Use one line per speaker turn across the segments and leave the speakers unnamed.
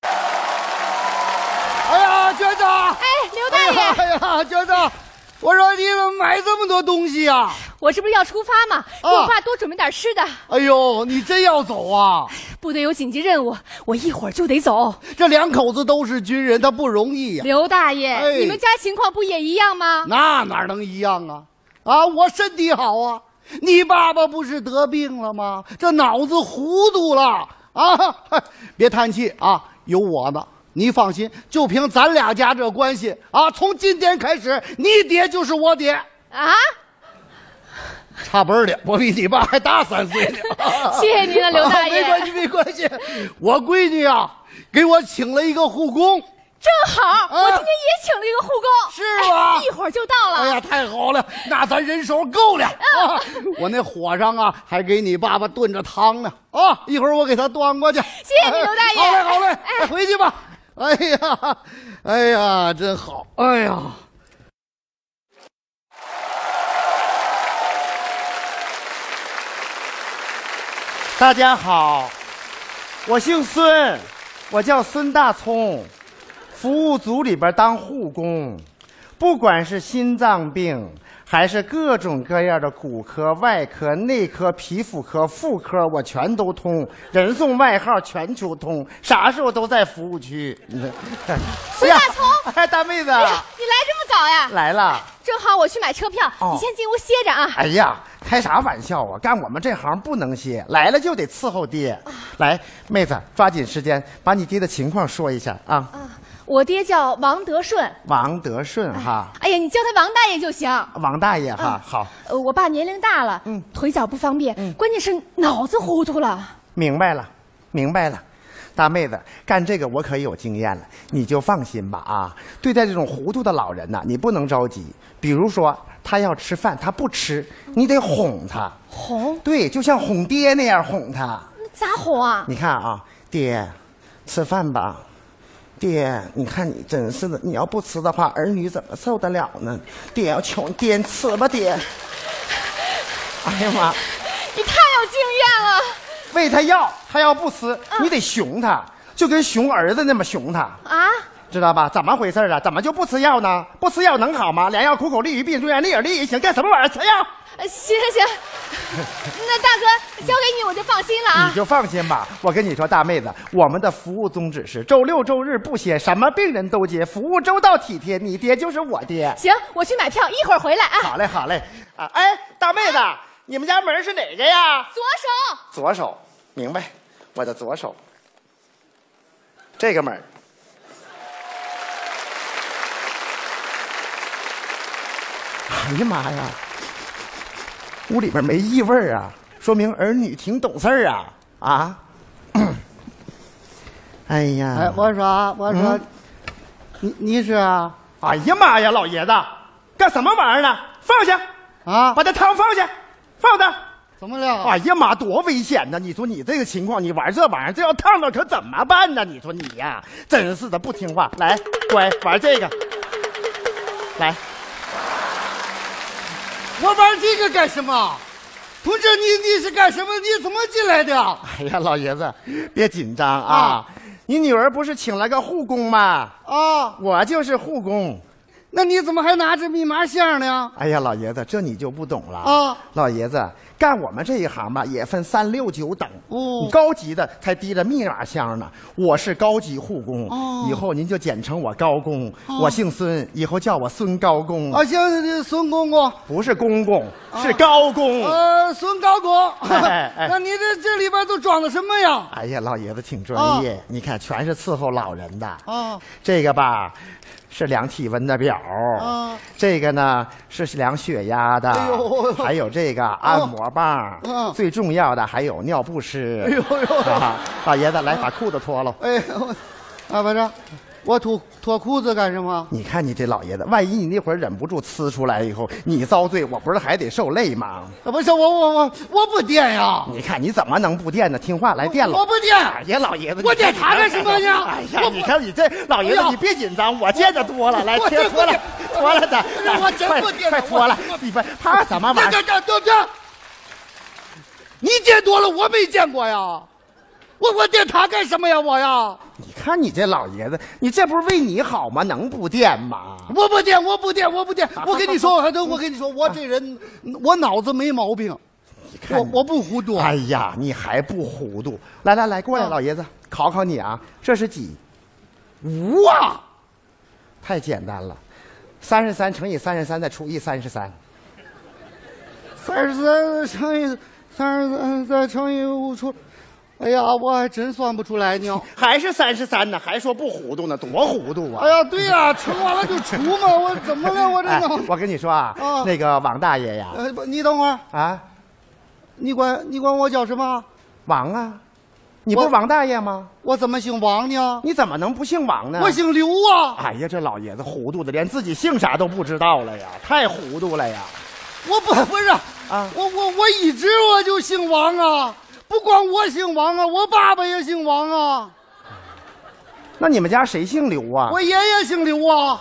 哎
哎呀，娟子，我说你怎么买这么多东西呀、啊？
我这不是要出发吗？
哦
给我爸多准备点吃的。
哎呦，你真要走啊？
部队有紧急任务，我一会儿就得走。
这两口子都是军人，他不容易呀、
刘大爷，
哎
你们家情况不也一样吗？
那哪能一样啊？啊，我身体好啊，你爸爸不是得病了吗？这脑子糊涂了啊！ 别叹气啊，有我呢。你放心，就凭咱俩家这关系啊，从今天开始，你爹就是我爹，
啊，
差辈儿的，我比你爸还大三岁呢。
谢谢您啊，刘大爷
没，关系，没关系。我闺女啊，给我请了一个护工。
正好我今天也请了一个护工，
嗯是吗
哎一会儿就到
哎
了。
呀，太好了，那咱人手够了
嗯
啊！我那火上啊，还给你爸爸炖着汤呢啊！一会儿我给他端过去。谢
谢你刘大爷
哎好嘞，好嘞，快回去吧。哎呀，哎呀，真好，哎呀。
大家好，我姓孙，我叫孙大聪，服务组里边当护工，不管是心脏病，还是各种各样的骨科、外科、内科、皮肤科、妇科，我全都通，人送外号“全球通”，啥时候都在服务区。
孙大聪
哎呀，哎，大妹子
哎呀，你来这么早呀？
来了。
正好我去买车票，
哦
你先进屋歇着啊。
哎呀，开啥玩笑啊！干我们这行不能歇，来了就得伺候爹。来，妹子，抓紧时间把你爹的情况说一下啊。
啊，我爹叫王德顺，
王德顺哈，
哎呀，你叫他王大爷就行。
王大爷
嗯
哈，好，
呃，我爸年龄大了，
嗯
腿脚不方便，关键是脑子糊涂了。
明白了，明白了。大妹子，干这个我可有经验了，你就放心吧啊！对待这种糊涂的老人呐、你不能着急。比如说，他要吃饭，他不吃，你得哄他。
哄？
对，就像哄爹那样哄他。
那咋哄啊？
你看啊，爹，吃饭吧。爹，你看你真是的，你要不吃的话，儿女怎么受得了呢？爹，要求你爹你吃吧，爹。哎呀妈，
你太有经验了
喂他药，他要不吃，你得熊他，就跟熊儿子那么熊他，
啊！
知道吧？怎么回事啊？怎么就不吃药呢？不吃药能好吗？良药苦口利于病，忠言逆耳利于行，干什么玩意儿？吃药。
呃行行，那大哥交给你我就放心了
你
啊。
就放心吧，我跟你说，大妹子，我们的服务宗旨是周六周日不歇，什么病人都接，服务周到体贴。你爹就是我爹。
行，我去买票，一会儿回来啊。
好嘞，好嘞。啊，哎，大妹子，你们家门是哪个呀？
左手，
左手，明白，我的左手，这个门儿。哎呀妈呀，屋里边没异味儿啊，说明儿女挺懂事儿啊啊！ 哎呀，
哎，我说，我说，
嗯
你你是啊？
哎呀妈呀，老爷子，干什么玩意儿呢？放下，
啊
把这汤放下，放那儿。
怎么了？
哎呀妈，多危险呐！你说你这个情况，你玩这玩意儿，这要烫到可怎么办呢？你说你呀、真是的，不听话。来，乖，玩这个。来，
我玩这个干什么？同志，你你是干什么？你怎么进来的？
哎呀，老爷子，别紧张啊。
啊
你女儿不是请了个护工吗？
啊，
我就是护工。
那你怎么还拿着密码箱呢？
哎呀，老爷子，这你就不懂了
啊！
老爷子，干我们这一行吧，也分三六九等。
哦
你高级的才提着密码箱呢，我是高级护工。
哦
以后您就简称我高工。我姓孙，以后叫我孙高工。
啊，行，孙公公，
不是公公，
哦
是高工。
呃，孙高公，
嗯哎哎
那你这这里边都装的什么呀？
哎呀，老爷子挺专
哦
业，你看全是伺候老人的。
啊，
这个吧，是量体温的表。
啊
这个呢是量血压的。
哎呦哦
还有这个按摩棒。
嗯
最重要的还有尿不湿。
哎呦呦
啊老爷子，来把裤子脱了。
哎，我啊，不是，我脱脱裤子干什么？
你看你这老爷子，万一你那会儿忍不住呲出来以后，你遭罪，我不是还得受累吗？
啊不是，我我我我不垫呀，
你看你怎么能不垫呢？听话，来垫了。
我不垫。
哎呀，老爷子，
我
你看
这他干什么呀
哎呀
我，
你看你这老爷子
哎，呀
你别紧张，我见得多了，来，
我
贴
真
脱了，
不
脱了的，
是我
来
真不
快
见
快
我
脱了，你们 怕什么玩
那
意儿？
这这这这，你见多了，我没见过呀。我我垫他干什么呀？我呀，
你看你这老爷子，你这不是为你好吗？能不垫吗？
我不垫，我不垫，我不垫。我跟你说，我还真我跟你说，我这人我脑子没毛病，
看
我
你
我不糊涂。
哎呀，你还不糊涂？来来来，过来，
啊
老爷子，考考你啊，这是几？
无啊，
太简单了，三十三乘以三十三再除以三十三，
三十三乘以三十三再乘以五除，哎呀，我还真算不出来 呢。
还是三十三呢？还说不糊涂呢？多糊涂啊！
哎呀，对呀、除完了就除嘛，我怎么了？我这
哎
脑
我跟你说啊，
啊
那个王大爷呀，
呃，不，你等会儿，
啊，
你管你管我叫什么？
王啊，你不是
我
王大爷吗？
我怎么姓王呢？
你怎么能不姓王呢？
我。姓刘 啊！
哎呀，这老爷子糊涂的，连自己姓啥都不知道了呀，太糊涂了呀！
我不不是
啊
我我我一直我就姓王啊，不光我姓王啊，我爸爸也姓王啊，
那你们家谁姓刘啊？
我爷爷姓刘啊。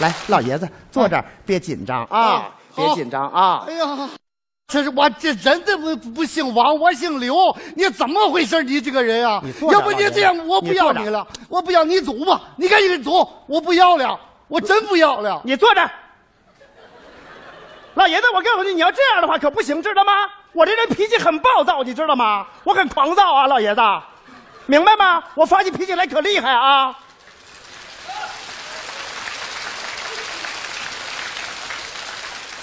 来，老爷子坐这儿，别紧张啊
啊，
别
哎好
紧张啊
哎。呀，这是我这人这不不姓王，我姓刘，你怎么回事？你这个人啊
你坐，着
要不你这样
老爷，子
我不要
你坐着
你了，我不要你走吧，你赶紧走，我不要了，我真不要了。
你坐这儿。老爷子，我告诉你，你要这样的话可不行，知道吗？我这人脾气很暴躁，你知道吗？我很狂躁啊，老爷子，明白吗？我发起脾气来可厉害啊！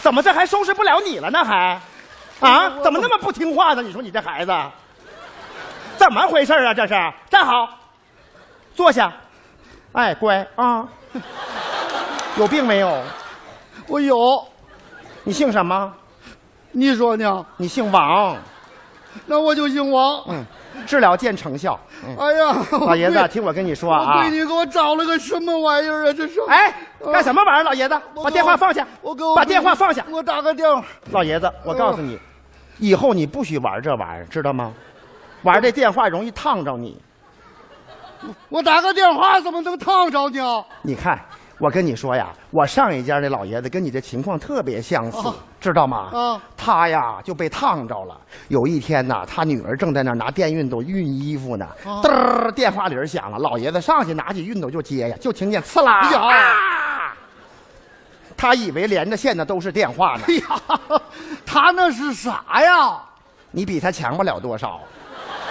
怎么这还收拾不了你了呢？还，
哎
啊？怎么那么不听话呢？你说你这孩子，怎么回事啊？这是站好，坐下，哎，乖啊， 有病没有？
我有，
你姓什么？
哎你说呢？
你姓王。
那我就姓王。
嗯，治疗见成效。 嗯，
哎呀，
老爷子
我，闺
听我跟你说
我
啊
闺，女给我找了个什么玩意儿啊？这是
哎，干
么？
什么玩意儿？老爷子，
我
把电话放下，
我给我
把
闺
电
女
话放下。
我打个电话。
老爷子，我告诉你，以后你不许玩这玩意儿，知道吗？玩这电话容易烫着你。
我打个电话怎么能烫着啊呢？
你看，我跟你说呀，我上一家那老爷子跟你这情况特别相似，
啊
知道吗？
啊
他呀就被烫着了。有一天呐，他女儿正在那儿拿电熨斗熨衣服呢，
哦
嘚儿、电话铃响了，老爷子上去拿起熨斗就接呀，就听见刺啦
哎呀
啊他以为连着线的都是电话呢
哎，呀， 他那是啥呀？
你比他强不了多少。
哦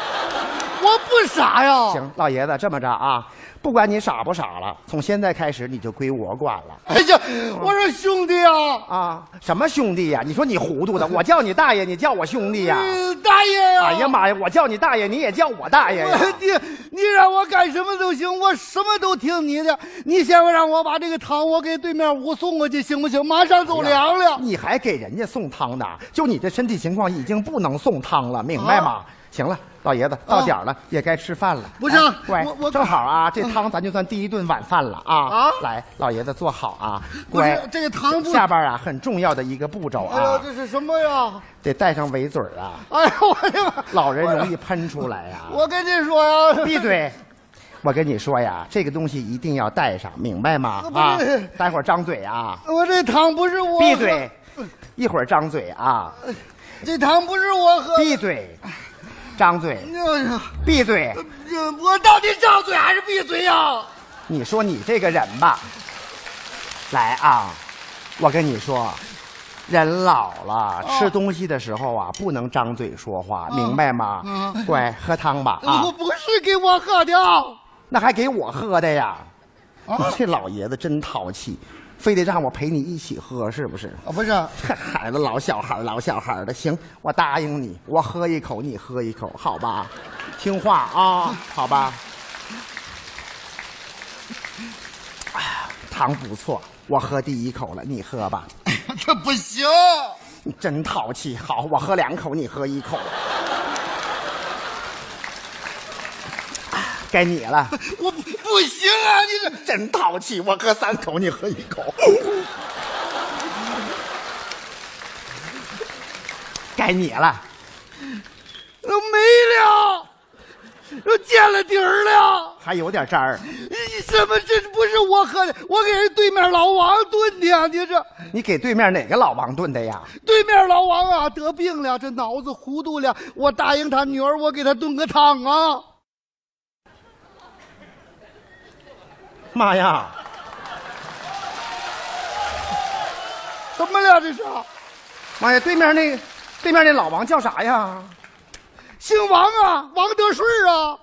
我不傻呀。
行，老爷子这么着啊，不管你傻不傻了，从现在开始你就归我管了。
哎呀，我说兄弟啊，
啊，什么兄弟呀、你说你 糊涂的，我叫你大爷，你叫我兄哎弟呀、
呃大爷呀，
哎呀，妈呀，我叫你大爷，你也叫我大爷 呀！
我你你让我干什么都行，我什么都听你的。你先让我把这个糖我给对面屋送过去，行不行？马上走凉了。
你还给人家送汤呢？就你这身体情况，已经不能送汤了，明白吗？行了，老爷子，到点儿了，也该吃饭了。
啊不是
哎乖，
我我
正好啊，这汤咱就算第一顿晚饭了啊！
啊
来，老爷子坐好啊，
不是
乖。
这个糖不
下边啊，很重要的一个步骤
哎呀，
啊，
这是什么呀？
得带上围嘴儿啊，
哎呀，我的妈！
老人容易喷出来啊呀、
我跟你说 呀，
闭嘴！我跟你说呀，这个东西一定要带上，明白吗？啊
啊不是，
待会儿张嘴啊，
我这糖不是我喝
闭嘴！一会儿张嘴啊，
这糖不是我喝。
闭嘴，张嘴，
哎呀，
闭嘴！
这我到底张嘴还是闭嘴呀？
你说你这个人吧，来啊，我跟你说，人老了，
哦
吃东西的时候啊，不能张嘴说话，明白吗？
嗯
乖，喝汤吧啊
我！不是给我喝的。啊
那还给我喝的呀？你
哦
这老爷子真淘气，非得让我陪你一起喝，是不是？
啊，不是，
这 孩子老小孩儿老小孩儿的，行，我答应你，我喝一口，你喝一口，好吧？听话啊，好吧？ 哎糖不错，我喝第一口了，你喝吧。
这不行。
你真淘气，好，我喝两口，你喝一口。 该你了，
我不不行啊！你这
真淘气，我喝三口，你喝一口。 该你了。
都没了，都见了底儿了。
还有点渣儿。
你怎么这不是我喝的？我给人对面老王炖的呀！你这
你给对面哪个老王炖的呀？
对面老王啊，得病了，这脑子糊涂了。我答应他女儿，我给他炖个汤啊。
妈呀，
怎么了？这是
妈呀，对面那对面那老王叫啥呀？
姓王啊，王德顺啊。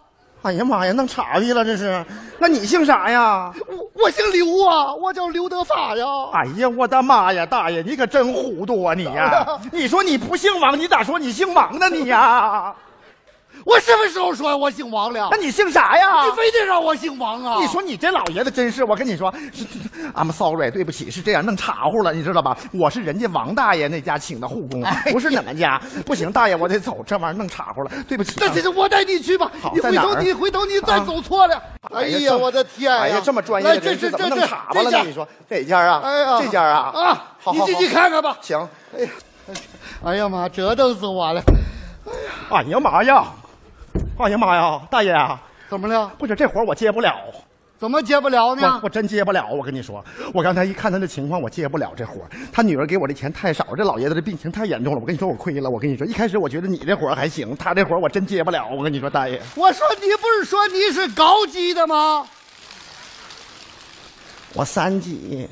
哎呀妈呀，弄岔劈了这是？那你姓啥呀？
我我姓刘啊，我叫刘德发呀。
哎呀，我的妈呀，大爷，你可真糊涂啊你呀、 你说你不姓王，你咋说你姓王呢你呀、
我什么时候说我姓王了
那？你姓啥呀？
你非得让我姓王啊？
你说你这老爷子真是，我跟你说是是是，I'm sorry，对不起，是这样弄岔乎了，你知道吧？我是人家王大爷那家请的护工，不是你们家。不行，大爷，我得走，这玩意儿弄岔乎了，对不起。啊
那这是我带你去吧
好。
你
在
回
哪
头
儿啊
你回头你再走错了。哎
哎呀
呀，
这
我的天呀！
哎呀，这么专业
哎
的
这
人
这
是
这
怎
这
么弄岔巴了
这
呢？你说这家啊，
哎呀，
这家啊，
啊，
好，
你
好
进去
好
看看吧。
行。
哎呀，哎呀妈，折腾死我了！
哎呀妈呀，哎呀妈呀，大爷啊，
怎么了？
不是这活儿我接不了。
怎么接不了
我
呢
我？真接不了，我跟你说，我刚才一看他的情况，我接不了这活儿他女儿给我的钱太少，这老爷子的病情太严重了。我跟你说，我亏了。我跟你说，一开始我觉得你这活儿还行，他这活儿我真接不了。我跟你说，大爷，
我说你不是说你是高级的吗？
我三级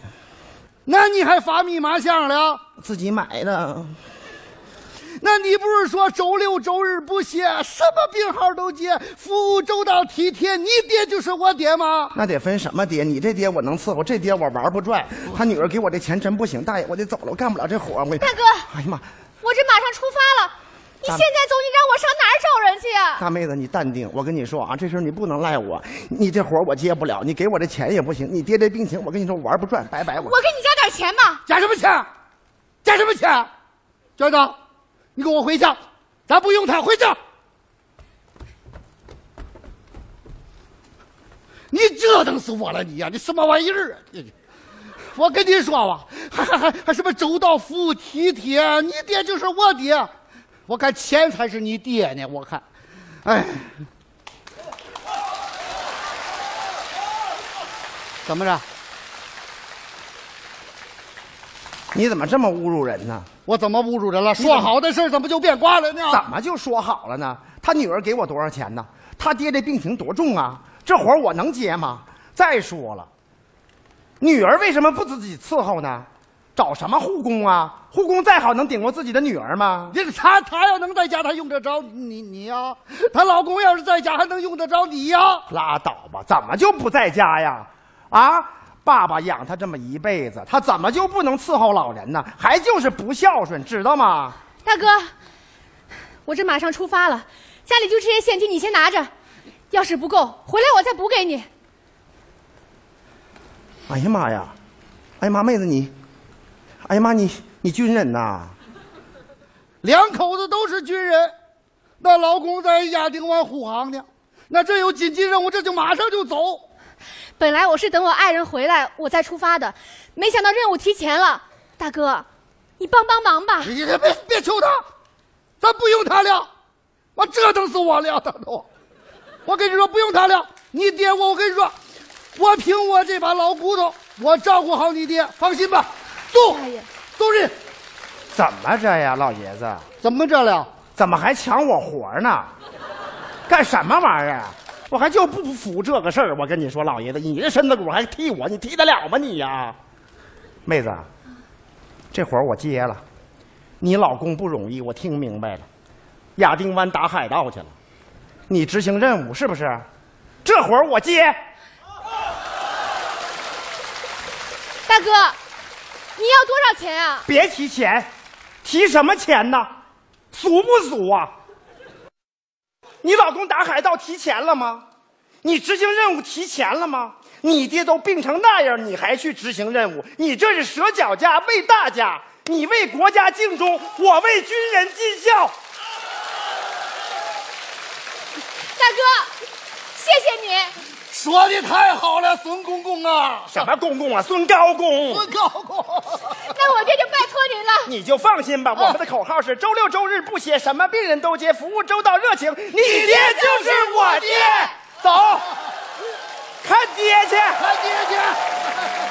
那你还发密麻将了？
自己买的，
那你不是说周六周日不歇，什么病号都接，服务周到体贴？你爹就是我爹吗？
那得分什么爹？你这爹我能伺候，这爹我玩不转。他女儿给我这钱真不行，大爷，我得走了，我干不了这活儿我
大哥
哎呀妈，
我这马上出发了，你现
大
在总你让我上哪儿找人去啊？
大妹子，你淡定，我跟你说啊，这事儿你不能赖我，你这活儿我接不了，你给我这钱也不行，你爹这病情，我跟你说我玩不转，拜拜我。
我给你加点钱吧，
加什么钱？加什么钱？娟子，你跟我回去，咱不用他，回去。你折腾死我了，你呀、你什么玩意儿啊？你我跟你说吧，还还还还什么周到、服务、体贴，你爹就是我爹，我看钱才是你爹呢，我看，哎，怎么着？
你怎么这么侮辱人呢？
我怎么侮辱人了？说好的事儿怎么就变卦了呢？
怎么就说好了呢？他女儿给我多少钱呢？他爹这病情多重啊？这活儿我能接吗？再说了，女儿为什么不自己伺候呢？找什么护工啊？护工再好能顶过自己的女儿吗？
你他他要能在家，他用得着你你呀、她老公要是在家，还能用得着你呀、
拉倒吧，怎么就不在家呀？啊，爸爸养他这么一辈子，他怎么就不能伺候老人呢？还就是不孝顺，知道吗？
大哥，我这马上出发了，家里就这些现金，你先拿着，要是不够，回来我再补给你。
哎呀妈呀！哎呀妈，妹子你，哎呀妈你你军人呐？
两口子都是军人，那老公在亚丁湾护航呢，那这有紧急任务，这就马上就走。
本来我是等我爱人回来我再出发的，没想到任务提前了。大哥，你帮帮忙吧。
你别别别求他，咱不用他了，我折腾死我了，他都。我跟你说，不用他了，你爹我，我跟你说，我凭我这把老骨头，我照顾好你爹，放心吧。走
大爷，
走人，
怎么着呀，老爷子？
怎么着了？
怎么还抢我活儿呢？干什么玩意儿？啊我还就不服这个事儿。我跟你说，老爷子，你这身子骨还替我，你替得了吗你呀、妹子，这活儿我接了。你老公不容易，我听明白了。亚丁湾打海盗去了，你执行任务是不是？这活儿我接。
大哥，你要多少钱啊？
别提钱，提什么钱呢？俗不俗啊？你老公打海盗提钱了吗？你执行任务提钱了吗？你爹都病成那样，你还去执行任务？你这是舍小家为大家，你为国家尽忠，我为军人尽孝。
大哥，谢谢你。
说的太好了，孙公公啊，
什么公公啊，孙高公，
孙高公，
那我这就拜托您了。
你就放心吧。我们的口号是周六周日不歇，什么病人都接，服务周到热情。你爹就是我爹，走。
看爹去。
看爹去。